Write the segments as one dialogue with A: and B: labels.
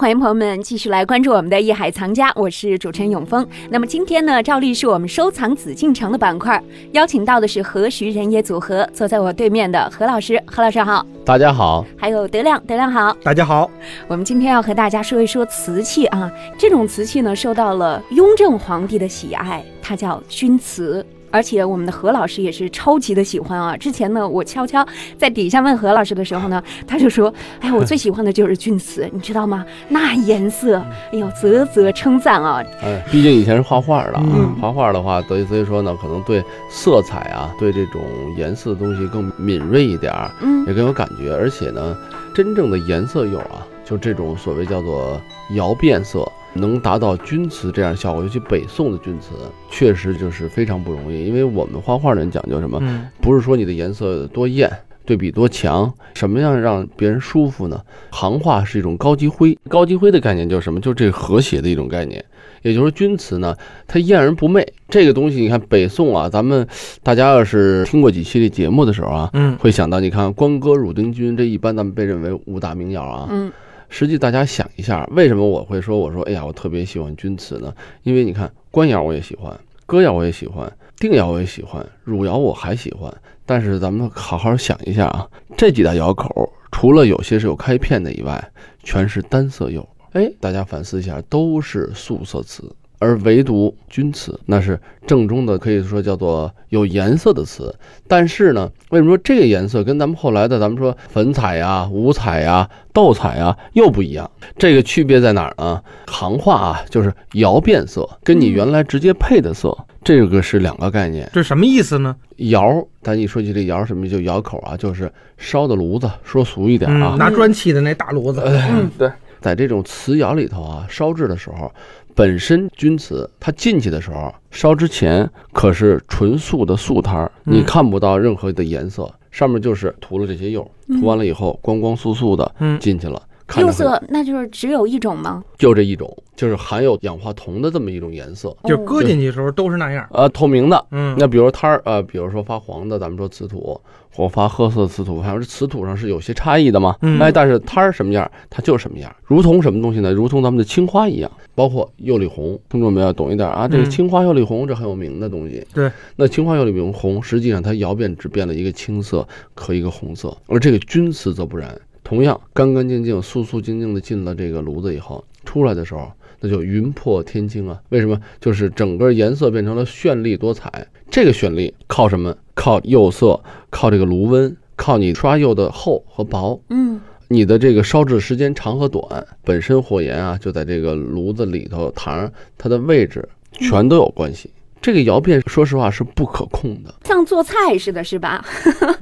A: 欢迎朋友们继续来关注我们的《艺海藏家》，我是主持人永峰。那么今天呢，照例是我们收藏紫禁城的板块，邀请到的是何许人也组合，坐在我对面的何老师，何老师好，
B: 大家好，
A: 还有德亮，德亮好。
C: 大家好，
A: 我们今天要和大家说一说瓷器啊，这种瓷器呢受到了雍正皇帝的喜爱，它叫钧瓷。而且我们的何老师也是超级的喜欢啊！之前呢，我悄悄在底下问何老师的时候呢，他就说：“哎，我最喜欢的就是钧瓷， 你知道吗？那颜色，
B: 嗯
A: 哎呦，啧啧称赞啊！
B: 哎，毕竟以前是画画的啊，
C: 嗯
B: 画画的话，所以所以说呢，可能对色彩啊，对这种颜色的东西更敏锐一点儿，
A: 嗯
B: 也更有感觉。而且呢，真正的颜色釉啊，就这种所谓叫做窑变色。能达到钧瓷这样的效果，尤其北宋的钧瓷，确实就是非常不容易。因为我们画画的人讲究什么？
C: 嗯，
B: 不是说你的颜色多艳，对比多强，什么样让别人舒服呢？行话是一种高级灰，高级灰的概念就是什么？就是这个和谐的一种概念。也就是说，钧瓷呢，它艳而不媚。这个东西，你看北宋啊，咱们大家要是听过几期的节目的时候啊，
C: 嗯，
B: 会想到，你看《关歌》《汝丁钧》，这一般咱们被认为五大名窑啊。
A: 嗯
B: 实际大家想一下，为什么我会说我说哎呀，我特别喜欢钧瓷呢？因为你看官窑我也喜欢，哥窑我也喜欢，定窑我也喜欢，汝窑我还喜欢。但是咱们好好想一下啊，这几大窑口除了有些是有开片的以外，全是单色釉。哎，大家反思一下，都是素色瓷，而唯独钧瓷那是正宗的，可以说叫做有颜色的瓷。但是呢，为什么说这个颜色跟咱们后来的咱们说粉彩呀、五彩呀、斗彩呀又不一样？这个区别在哪儿呢？行话啊，就是窑变色，跟你原来直接配的色，这个是两个概念。
C: 这什么意思呢？
B: 窑，咱一说起这窑什么就窑口啊，就是烧的炉子，说俗一点啊
C: 嗯，，拿砖砌的那大炉子，
A: 嗯，
B: 对，在这种瓷窑里头啊，烧制的时候，本身钧瓷它进去的时候，烧之前可是纯素的素摊儿，
C: 嗯
B: 你看不到任何的颜色，上面就是涂了这些釉，涂完了以后光光素素的
C: 嗯
B: 进去了。看着
A: 嗯釉
B: 很
A: 色那就是只有一种吗？
B: 就这一种，就是含有氧化铜的这么一种颜色，
C: 就
A: 哦
C: 搁进去的时候都是那样。
B: 呃，透明的，
C: 嗯，
B: 那比如摊儿，呃，比如说发黄的，咱们说瓷土，或发褐色瓷土，还有这瓷土上是有些差异的嘛。
C: 嗯
B: 哎，但是摊儿什么样，它就是什么样，如同什么东西呢？如同咱们的青花一样，包括釉里红，听众们要懂一点啊。这个
C: 嗯
B: 青花釉里红，这很有名的东西。
C: 对，
B: 那青花釉里红，实际上它窑变只变了一个青色和一个红色，而这个钧瓷则不然，同样干干净净、素素净净的进了这个炉子以后，出来的时候。那就云破天青啊！为什么？就是整个颜色变成了绚丽多彩。这个绚丽靠什么？靠釉色，靠这个炉温，靠你刷釉的厚和薄，
A: 嗯
B: 你的这个烧制时间长和短，本身火焰啊就在这个炉子里头膛它的位置全都有关系。这个窑变，说实话是不可控的。
A: 像做菜似的，是吧？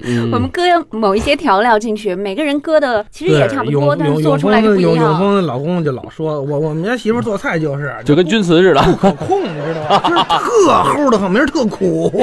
B: 嗯
A: 我们搁某一些调料进去，每个人搁的其实
C: 对，
A: 也差不多，
C: 永
A: 但
C: 永
A: 是做
C: 永
A: 出来
C: 峰
A: 就
C: 的
A: 不
C: 永
A: 一
C: 永
A: 样。
C: 峰的老公就老说，我我们家媳妇做菜就是
B: 就跟钧瓷似的，
C: 不可控，你知道吗？就是特齁的很，没人特苦。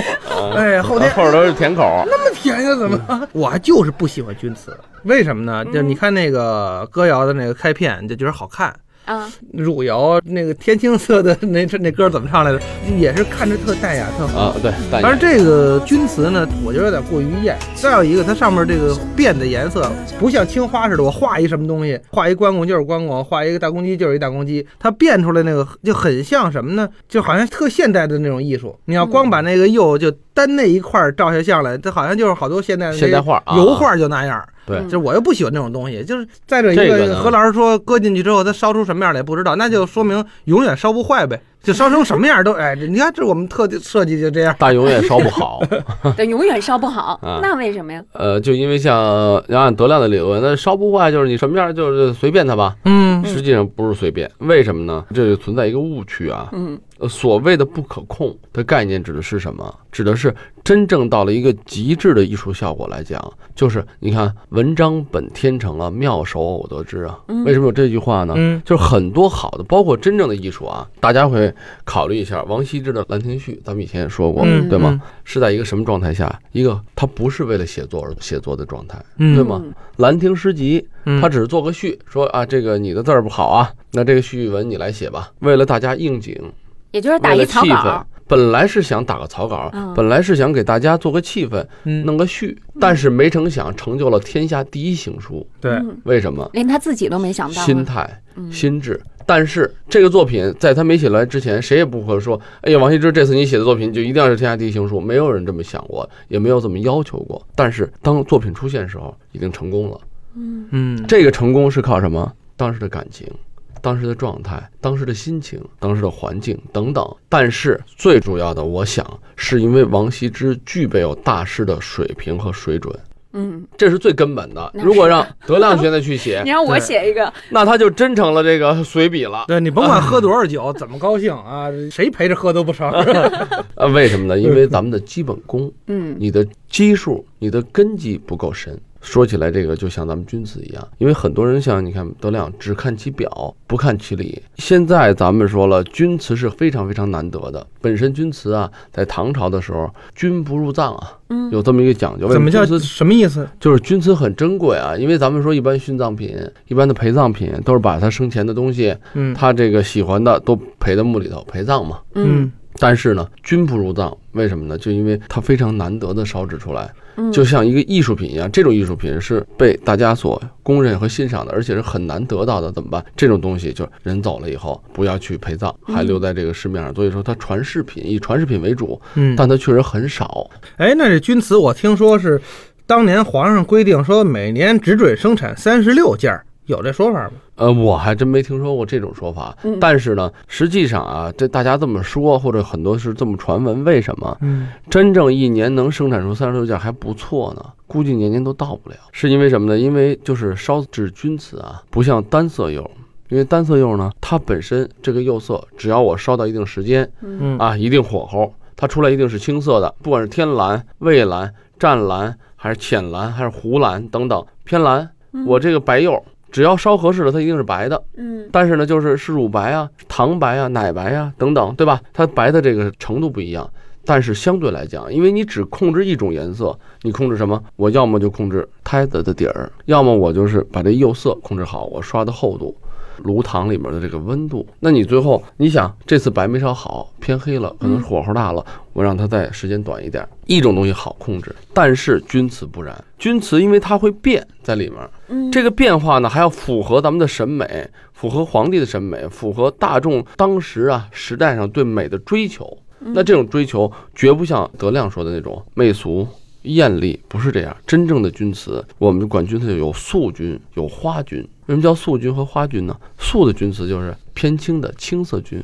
C: 哎，后 天
B: 后边都是甜口儿。
C: 这么甜呀？怎么？我还就是不喜欢钧瓷，为什么呢？就
A: 嗯
C: 你看那个歌谣的那个开片，你就觉得好看。
A: 啊，
C: 汝窑那个天青色的那这那歌怎么唱来着？也是看着特淡雅，特好。
B: 啊，对，但
C: 但是这个钧瓷呢，我觉得有点过于艳。再有一个，它上面这个变的颜色不像青花似的，我画一什么东西，画一关公就是关公，画一个大公鸡就是一大公鸡，它变出来那个就很像什么呢？就好像特现代的那种艺术。你要
B: 嗯
C: 光把那个釉就单那一块儿照下相来，它好像就是好多现代的那
B: 现代画啊
C: 油画就那样儿。
B: 对嗯
C: 就是我又不喜欢这种东西。就是再者一
B: 这个呢
C: 个，何老师说搁进去之后，它烧出什么样来也不知道，那就说明永远烧不坏呗。就烧成什么样都哎，你看这我们特地设计就这样。
B: 大永远烧不 好。
A: 对，永远烧不好，
B: 啊
A: 那为什么呀？
B: 呃，就因为像要按德亮的理论，那烧不坏就是你什么样就是随便它吧。
C: 嗯
B: 实际上不是随便，为什么呢？这就存在一个误区啊。
A: 嗯，
B: 呃，所谓的不可控的概念指的是什么？指的是真正到了一个极致的艺术效果来讲，就是你看“文章本天成啊，妙手偶得之啊”。
A: 嗯
B: 为什么有这句话呢？
C: 嗯
B: 就是很多好的，包括真正的艺术啊，大家会考虑一下王羲之的《兰亭序》，咱们以前也说过，
C: 嗯
B: 对吗？是在一个什么状态下？一个他不是为了写作而写作的状态，
C: 嗯
B: 对吗？
A: 嗯
B: 兰亭诗集》
C: 嗯
B: 他只是做个序，说啊，这个你的字儿不好啊，那这个序文你来写吧。为了大家应景，
A: 也就是打
B: 为
A: 一
B: 了
A: 草
B: 气氛
A: 稿，。
B: 本来是想打个草稿，
A: 嗯
B: 本来是想给大家做个气氛，
C: 嗯，
B: 弄个序，但是没成想成就了天下第一行书。
C: 对，
A: 嗯
B: 为什么？
A: 连他自己都没想到啊。
B: 心态、
A: 嗯
B: 心智。但是这个作品在他没写来之前，谁也不会说：“哎呀，王羲之这次你写的作品就一定要是天下第一行书。”没有人这么想过，也没有这么要求过。但是当作品出现的时候，已经成功了。
A: 嗯
C: 嗯，
B: 这个成功是靠什么？当时的感情、当时的状态、当时的心情、当时的环境等等。但是最主要的，我想是因为王羲之具备有大师的水平和水准，
A: 嗯，
B: 这是最根本的。
A: 那是
B: 如果让德亮现在去写
A: 你，让我
C: 对
A: 写一个，
B: 那他就真成了这个随笔了。
C: 对你甭管喝多少酒，怎么高兴啊，谁陪着喝都不成。
B: 呃，为什么呢？因为咱们的基本功，
A: 嗯
B: 你的基数、你的根基不够深。说起来，这个就像咱们君子一样，因为很多人像你看德亮，只看其表，不看其里。现在咱们说了，钧词是非常非常难得的。本身钧词啊，在唐朝的时候，钧不入藏啊，
A: 嗯，
B: 有这么一个讲究。为什
C: 怎么叫
B: 钧瓷
C: 什么意思？
B: 就是钧瓷很珍贵啊，因为咱们说一般殉葬品、一般的陪葬品，都是把他生前的东西，
C: 嗯
B: 他这个喜欢的都陪在墓里头陪葬嘛。
A: 嗯
B: 但是呢，均不入藏，为什么呢？就因为它非常难得的烧制出来，
A: 嗯，
B: 就像一个艺术品一样。这种艺术品是被大家所公认和欣赏的，而且是很难得到的。怎么办？这种东西就是人走了以后，不要去陪葬，还留在这个市面上。所以说，它传世品以传世品为主，
C: 嗯，
B: 但它确实很少。
C: 哎，那这钧瓷我听说是当年皇上规定说每年只准生产三十六件儿，有这说法吗？
B: 呃，我还真没听说过这种说法。
A: 嗯
B: 但是呢，实际上啊，这大家这么说，或者很多是这么传闻，为什么？
C: 嗯
B: 真正一年能生产出三十六件还不错呢，估计年年都到不了。是因为什么呢？因为就是烧制钧瓷啊，不像单色釉，因为单色釉呢，它本身这个釉色，只要我烧到一定时间
C: 嗯
A: 嗯
B: 啊，一定火候，它出来一定是青色的，不管是天蓝、蔚蓝、湛蓝，还是浅蓝，还是湖蓝等等偏蓝。我这个白釉，只要烧合适了，它一定是白的。
A: 嗯
B: 但是呢，就是是乳白啊、糖白啊、奶白啊等等，对吧？它白的这个程度不一样，但是相对来讲，因为你只控制一种颜色，你控制什么？我要么就控制胎子的底儿，要么我就是把这釉色控制好，我刷的厚度。炉膛里面的这个温度，那你最后你想这次白没烧好，偏黑了，可能是火候大了，我让它在时间短一点。一种东西好控制，但是钧瓷不然，钧瓷因为它会变在里面，
A: 嗯，
B: 这个变化呢，还要符合咱们的审美，符合皇帝的审美，符合大众当时啊时代上对美的追求。那这种追求绝不像德亮说的那种媚俗艳丽，不是这样。真正的钧瓷，我们管钧瓷有素钧，有花钧。为什么叫素钧和花钧呢？素的钧瓷就是偏青的青色钧，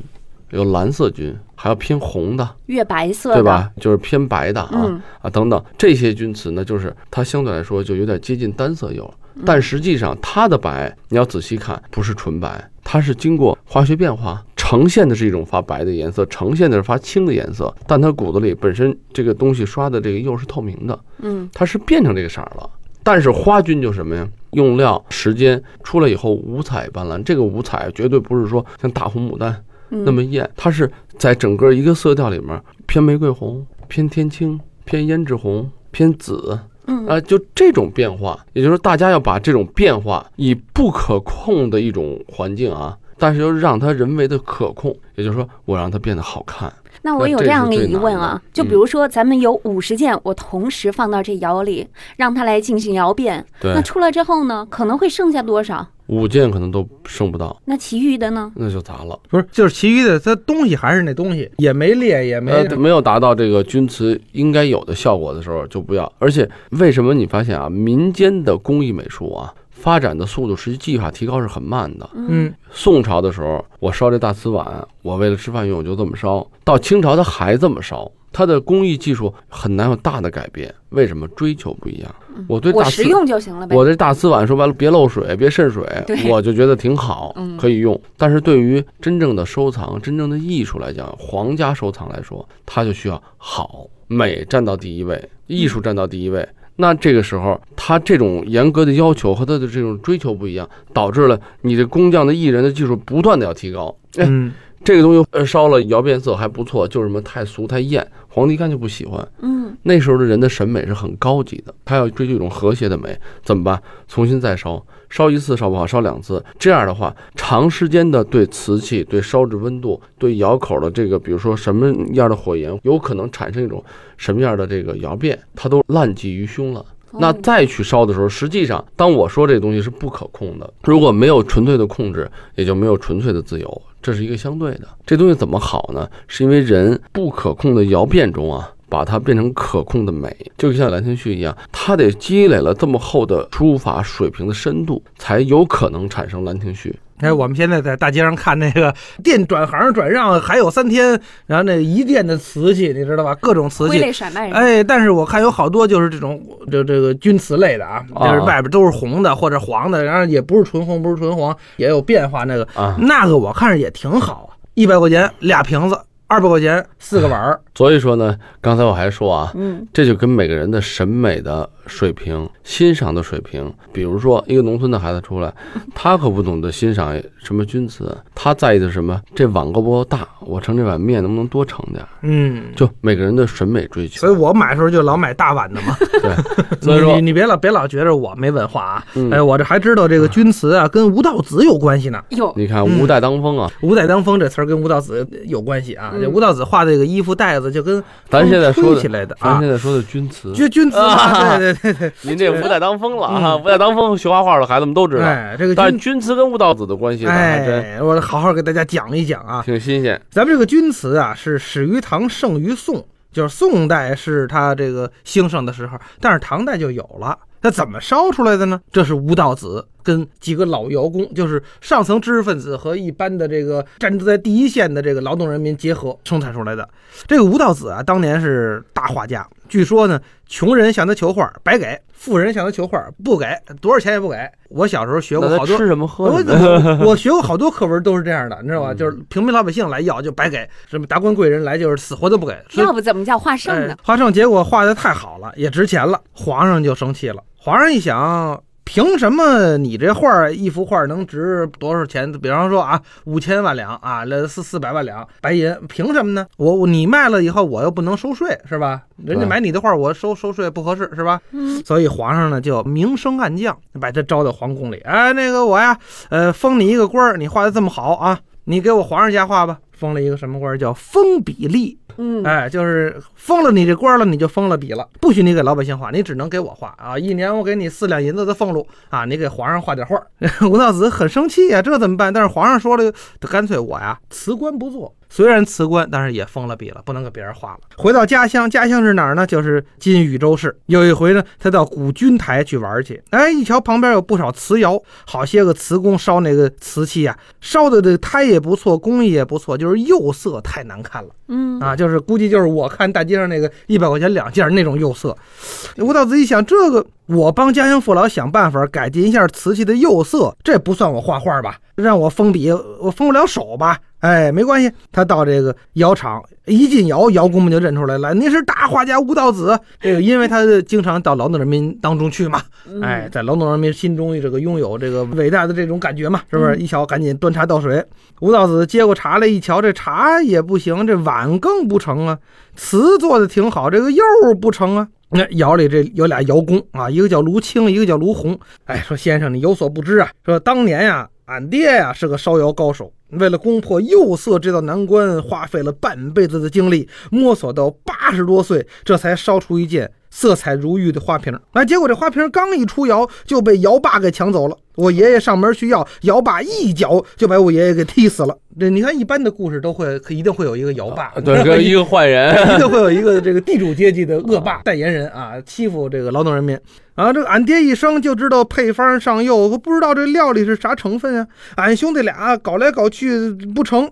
B: 有蓝色钧，还有偏红的，
A: 月白色的，
B: 对？吧？就是偏白的啊、
A: 嗯
B: 啊等等这些钧瓷呢，就是它相对来说就有点接近单色釉，但实际上它的白，你要仔细看，不是纯白，它是经过化学变化呈现的是一种发白的颜色，呈现的是发青的颜色，但它骨子里本身这个东西刷的这个釉是透明的，
A: 嗯
B: 它是变成这个色儿了。但是花菌就是什么呀？用料、时间出来以后五彩斑斓，这个五彩绝对不是说像大红牡丹
A: 嗯，
B: 那么艳，它是在整个一个色调里面偏玫瑰红、偏天青、偏胭脂红、偏紫，
A: 嗯
B: 啊、就这种变化，也就是说大家要把这种变化以不可控的一种环境啊，但是又让它人为的可控，也就是说我让它变得好看，
A: 那我有
B: 这
A: 这样
B: 是
A: 的
B: 最
A: 疑问啊
B: 难的，
A: 就比如说咱们有五十件，我同时放到这窑里，让它来进行窑变，
B: 对
A: 那，出来之后呢，可能会剩下多少？
B: 五件可能都剩不到，
A: 那其余的呢？
B: 那就砸了。
C: 不是，就是其余的，它东西还是那东西，也没裂，也没
B: 呃，没有达到这个钧瓷应该有的效果的时候，就不要。而且，为什么你发现啊，民间的工艺美术啊，发展的速度实际技法提高是很慢的。
C: 嗯
B: 宋朝的时候，我烧这大瓷碗，我为了吃饭用，我就这么烧。到清朝，它还这么烧，它的工艺技术很难有大的改变。为什么追求不一样？我对
A: 我
B: 大
A: 实
B: 瓷，
A: 用就行了呗。
B: 我这大瓷碗说白了，别漏水，别渗水
A: 啊 对，
B: 我就觉得挺好
A: 嗯，
B: 可以用。但是对于真正的收藏、真正的艺术来讲，皇家收藏来说，它就需要好、美占到第一位，艺
A: 嗯
B: 术占到第一位。那这个时候，他这种严格的要求和他的这种追求不一样，导致了你的工匠的艺人的技术不断的要提高。哎，
C: 嗯，
B: 这个东西呃烧了窑变色还不错，就是什么太俗太艳，皇帝一看就不喜欢。
A: 嗯
B: 那时候的人的审美是很高级的，他要追求一种和谐的美，怎么办？重新再烧，烧一次烧不好，烧两次，这样的话，长时间的对瓷器、对烧制温度、对窑口的这个，比如说什么样的火焰，有可能产生一种什么样的这个窑变，它都烂记于胸了。那
A: 哦
B: 再去烧的时候，实际上，当我说这东西是不可控的，如果没有纯粹的控制，也就没有纯粹的自由，这是一个相对的。这东西怎么好呢？是因为人不可控的摇变中啊。把它变成可控的美，就像兰亭序一样，它得积累了这么厚的书法水平的深度，才有可能产生兰亭序。
C: 哎，我们现在在大街上看那个店转行转让还有三天，然后那一店的瓷器，你知道吧？各种瓷
A: 挥
C: 器。
A: 泪甩卖人，
C: 哎，但是我看有好多就是这种这这个钧瓷类的啊，
B: 啊
C: 就是外边都是红的或者黄的，然后也不是纯红，不是纯黄，也有变化。那个
B: 啊
C: 那个我看着也挺好啊，一百块钱俩瓶子，二百块钱四个碗 儿。
B: 所以说呢，刚才我还说啊，
A: 嗯
B: 这就跟每个人的审美的水平、欣赏的水平，比如说一个农村的孩子出来，他可不懂得欣赏什么钧瓷，他在意的是什么？这碗够不够大？我盛这碗面能不能多盛点儿？
C: 嗯，
B: 就每个人的审美追求。
C: 所以我买的时候就老买大碗的嘛。
B: 对，
C: 你
B: 所以说
C: 你你别老别老觉着我没文化啊！
B: 嗯
C: 哎，我这还知道这个钧瓷啊跟吴道子有关系呢。
A: 有
B: 你看
C: 嗯
B: 无带当风啊，
C: “五代当风”这词儿跟吴道子有关系啊。
A: 嗯
C: 这吴道子画这个衣服带子就跟
B: 咱现在
C: 风
B: 说
C: 吹起
B: 的，
C: 来的
B: 咱
C: 啊
B: 现，在说的钧瓷，
C: 君君子嘛，
B: 啊
C: 对对对
B: 您这无带当风了啊，无带当风学画画的孩子们都知
C: 对，
B: 道。
C: 哎，这个
B: 但是
C: 君。
B: 钧瓷跟吴道子的关系呢，还真
C: 哎，我好好给大家讲一讲啊。
B: 挺新鲜。
C: 咱们这个“钧瓷”啊，是始于唐，盛于宋，就是宋代是它这个兴盛的时候，但是唐代就有了。那怎么烧出来的呢？这是吴道子跟几个老窑工，就是上层知识分子和一般的这个站在第一线的这个劳动人民结合生产出来的。这个吴道子啊，当年是大画家，据说呢，穷人向他求画白给，富人向他求画不给，多少钱也不给。我小时候学过
B: 那
C: 好
B: 他
C: 多
B: 吃什么喝
C: 我
B: 什么？
C: 我我学过好多课文都是这样的，你知道吧？
B: 嗯
C: 就是平民老百姓来要就白给，什么达官贵人来就是死活都不给。所以
A: 要不怎么叫画圣
C: 哎
A: 呢？
C: 画圣结果画的太好了，也值钱了，皇上就生气了。皇上一想，凭什么你这画儿一幅画儿能值多少钱？比方说啊，五千万两啊，那四四百万两白银，凭什么呢？我我你卖了以后，我又不能收税，是吧？人家
B: 对
C: 买你的画儿，我收收税不合适，是吧？
A: 嗯
C: 所以皇上呢就明升暗降，把他招到皇宫里。哎，那个我呀，呃，封你一个官儿，你画的这么好啊，你给我皇上家画吧。封了一个什么官儿叫封笔吏，
A: 嗯，
C: 哎，就是封了你这官儿了，你就封了笔了，不许你给老百姓画，你只能给我画啊！一年我给你四两银子的俸禄啊，你给皇上画点画儿。 吴道子很生气呀、这怎么办？但是皇上说了，干脆我呀辞官不做。虽然辞官，但是也封了笔了，不能给别人画了。回到家乡，家乡是哪儿呢？就是今禹州市。有一回呢，他到古君台去玩去，哎，一瞧旁边有不少瓷窑，好些个瓷工烧那个瓷器啊，烧的这个胎也不错，工艺也不错，就是釉色太难看了。
A: 嗯
C: 啊，就是估计就是我看大街上那个一百块钱两件儿那种釉色。吴道子一想，这个我帮家乡父老想办法改进一下瓷器的釉色，这不算我画画吧？让我封笔，我封不了手吧？哎，没关系，他到这个窑厂一进窑，窑工们就认出来了，您是大画家吴道子。这个，因为他经常到劳动人民当中去嘛，
A: 嗯
C: 哎，在劳动人民心中这个拥有这个伟大的这种感觉嘛，是不是？
A: 嗯
C: 一瞧，赶紧端茶倒水。吴道子接过茶来一瞧，这茶也不行，这碗更不成啊，瓷做的挺好，这个釉儿不成啊。那窑里这有俩窑工啊，一个叫卢青，一个叫卢红。哎，说先生，你有所不知啊，说当年呀、俺爹呀、是个烧窑高手，为了攻破釉色这道难关，花费了半辈子的精力，摸索到八十多岁，这才烧出一件色彩如玉的花瓶儿。哎，结果这花瓶儿刚一出窑，就被姚爸给抢走了。我爷爷上门去要，姚爸一脚就把我爷爷给踢死了。这你看，一般的故事都会一定会有一个姚爸，
B: 啊 对，跟一个坏人，
C: 一定会有一个这个地主阶级的恶霸代言人啊，欺负这个劳动人民。然后这个俺爹一生就知道配方上釉，可不知道这料理是啥成分啊。俺兄弟俩搞来搞去不成。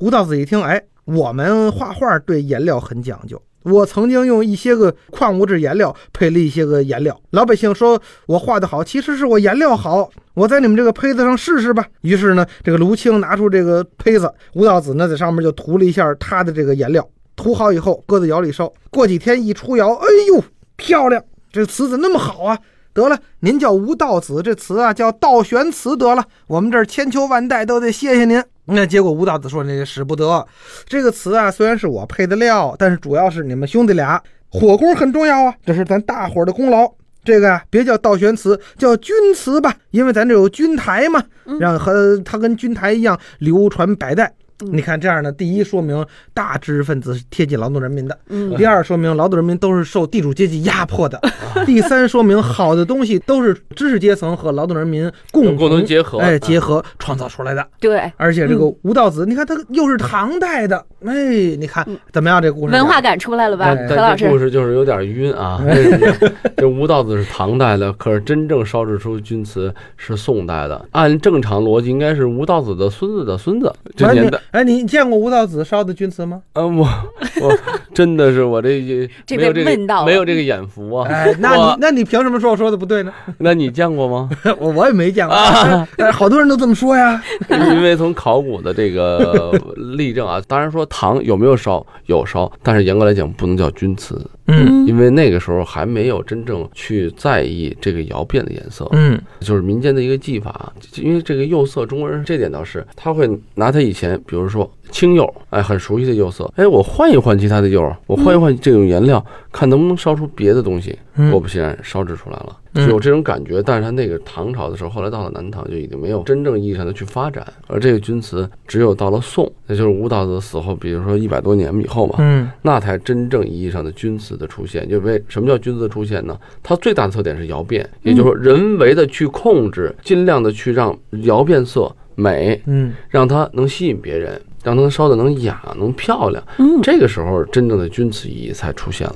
C: 吴道子一听，哎，我们画画对颜料很讲究。我曾经用一些个矿物质颜料配了一些个颜料，老百姓说我画的好，其实是我颜料好。我在你们这个胚子上试试吧。于是呢，这个卢青拿出这个胚子，吴道子呢在上面就涂了一下他的这个颜料，涂好以后搁在窑里烧。过几天一出窑，哎呦，漂亮！这词怎么那么好啊？得了，您叫吴道子，这词啊叫道玄词得了。我们这儿千秋万代都得谢谢您。那结果吴道子说：“那使不得，这个词啊虽然是我配的料，但是主要是你们兄弟俩火功很重要啊，这是咱大伙儿的功劳。这个啊，别叫道玄词，叫钧词吧，因为咱这有钧台嘛，
A: 嗯
C: 让和它跟钧台一样流传百代。
A: 嗯
C: 你看这样呢，第一说明大知识分子是贴近劳动人民的，
A: 嗯
C: 第二说明劳动人民都是受地主阶级压迫 的，第三说明好的东西都是知识阶层和劳动人民共
B: 共同结合，
C: 哎结合创造出来的。
A: 对，
C: 而且这个
A: 嗯
C: 吴道子，你看他又是唐代的，哎，你看
A: 嗯
C: 怎么样？这故事啊
A: 文化感出来了吧
C: 哎，
B: 但
A: 何
B: 但
A: 老
B: 这故
A: 师？
B: 事就是有点晕 啊。这这吴道子是唐代的，可是真正烧制出钧瓷是宋代的。按正常逻辑，应该是吴道子的孙子的孙子。这
C: 哎
B: 年
C: 你
B: 代，
C: 哎，你见过吴道子烧的钧瓷吗？
B: 嗯、我 我真的是我这一
A: 这
B: 没有这
A: 被
B: 个
A: 问到了
B: 没有这个眼福啊。
C: 哎，那
B: 我
C: 你那你凭什么说我说的不对呢？
B: 那你见过吗？
C: 我我也没见过，
B: 啊
C: 但是好多人都这么说呀。
B: 因为从考古的这个例证啊，当然说唐有没有烧有烧，但是严格来讲不能叫钧瓷，
C: 嗯
B: 因为那个时候还没有真正去在意这个窑变的颜色。
C: 嗯
B: 就是民间的一个技法，因为这个釉色，中国人这点倒是，他会拿他以前，比如说青釉，哎，很熟悉的釉色，哎，我换一换其他的釉，我换一换这种颜料，看能不能烧出别的东西。
C: 嗯
B: 果不其然，烧制出来了，就
C: 嗯
B: 有这种感觉。但是他那个唐朝的时候，后来到了南唐就已经没有真正意义上的去发展，而这个钧瓷只有到了宋，那就是吴道子死后，比如说一百多年以后嘛，
C: 嗯
B: 那才真正意义上的钧瓷的出现。因为什么叫钧瓷的出现呢？它最大的特点是窑变，也就是说人为的去控制，尽量的去让窑变色美，
C: 嗯
B: 让它能吸引别人，让它烧的能雅能漂亮。
A: 嗯，
B: 这个时候，真正的钧瓷意义才出现了。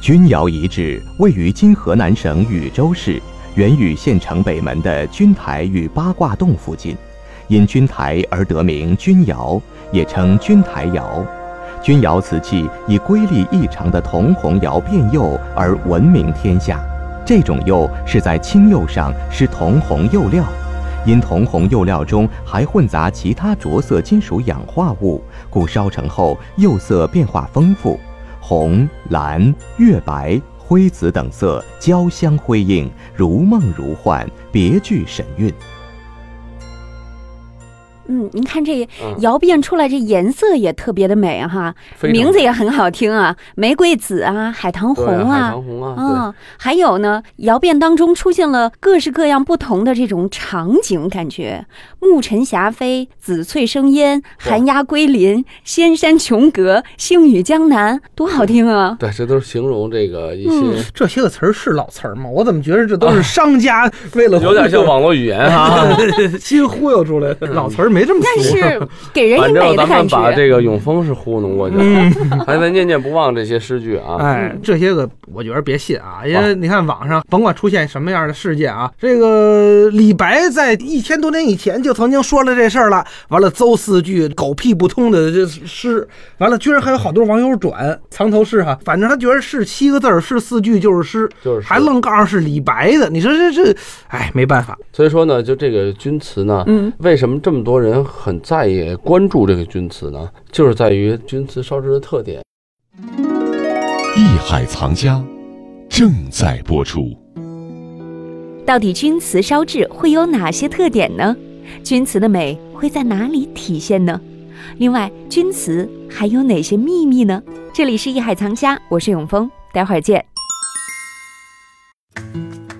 D: 钧窑遗址位于今河南省禹州市原禹县城北门的钧台与八卦洞附近，因钧台而得名钧窑，也称钧台窑。钧窑瓷器以瑰丽异常的铜红窑变釉而闻名天下。这种釉是在青釉上施铜红釉料，因铜红釉料中还混杂其他着色金属氧化物，故烧成后釉色变化丰富。红、蓝、月白、灰紫等色交相辉映，如梦如幻，别具神韵。
A: 嗯，您看这
B: 嗯
A: 窑变出来，这颜色也特别的美哈，
B: 非常
A: 名字也很好听啊，玫瑰紫啊，海棠
B: 对
A: 红
B: 海
A: 啊
B: 棠。红啊，
A: 啊、还有呢，窑变当中出现了各式各样不同的这种场景感觉，暮尘霞飞，紫翠生烟，寒鸦归林，仙山琼阁，星宇江南，多好听啊！
B: 对对，这都是形容这个一
A: 嗯
B: 些。
C: 这些个词儿是老词儿吗？我怎么觉得这都是商家为了
B: 啊有点像嗯网络语言 哈、
C: 新忽悠出来的老词儿，没这么
A: 但
C: 说。
A: 是给 人
B: 反
A: 以
B: 正
A: 美的
B: 咱
A: 感
B: 们把
A: 觉。
B: 这个永丰是糊弄过去了，还在念念不忘这些诗句啊。
C: 哎
A: 嗯，
C: 这些个我觉得别信啊，因
B: 啊
C: 为你看网上甭管出现什么样的事件啊，这个李白在一千多年以前就曾经说了这事儿了，完了邹四句狗屁不通的这诗，完了居然还有好多网友转藏头诗哈，反正他觉得是七个字儿是四句就是诗，
B: 就是诗
C: 还愣告诉是李白的，你说这这，哎，没办法，
B: 所以说呢，就这个钧瓷呢，
A: 嗯，
B: 为什么这么多人很在意关注这个钧瓷呢？就是在于钧瓷烧制的特点。
E: 艺海藏家正在播出。
F: 到底钧瓷烧制会有哪些特点呢？钧瓷的美会在哪里体现呢？另外，钧瓷还有哪些秘密呢？这里是艺海藏家，我是永峰，待会儿见。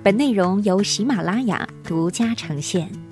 F: 本内容由喜马拉雅独家呈现。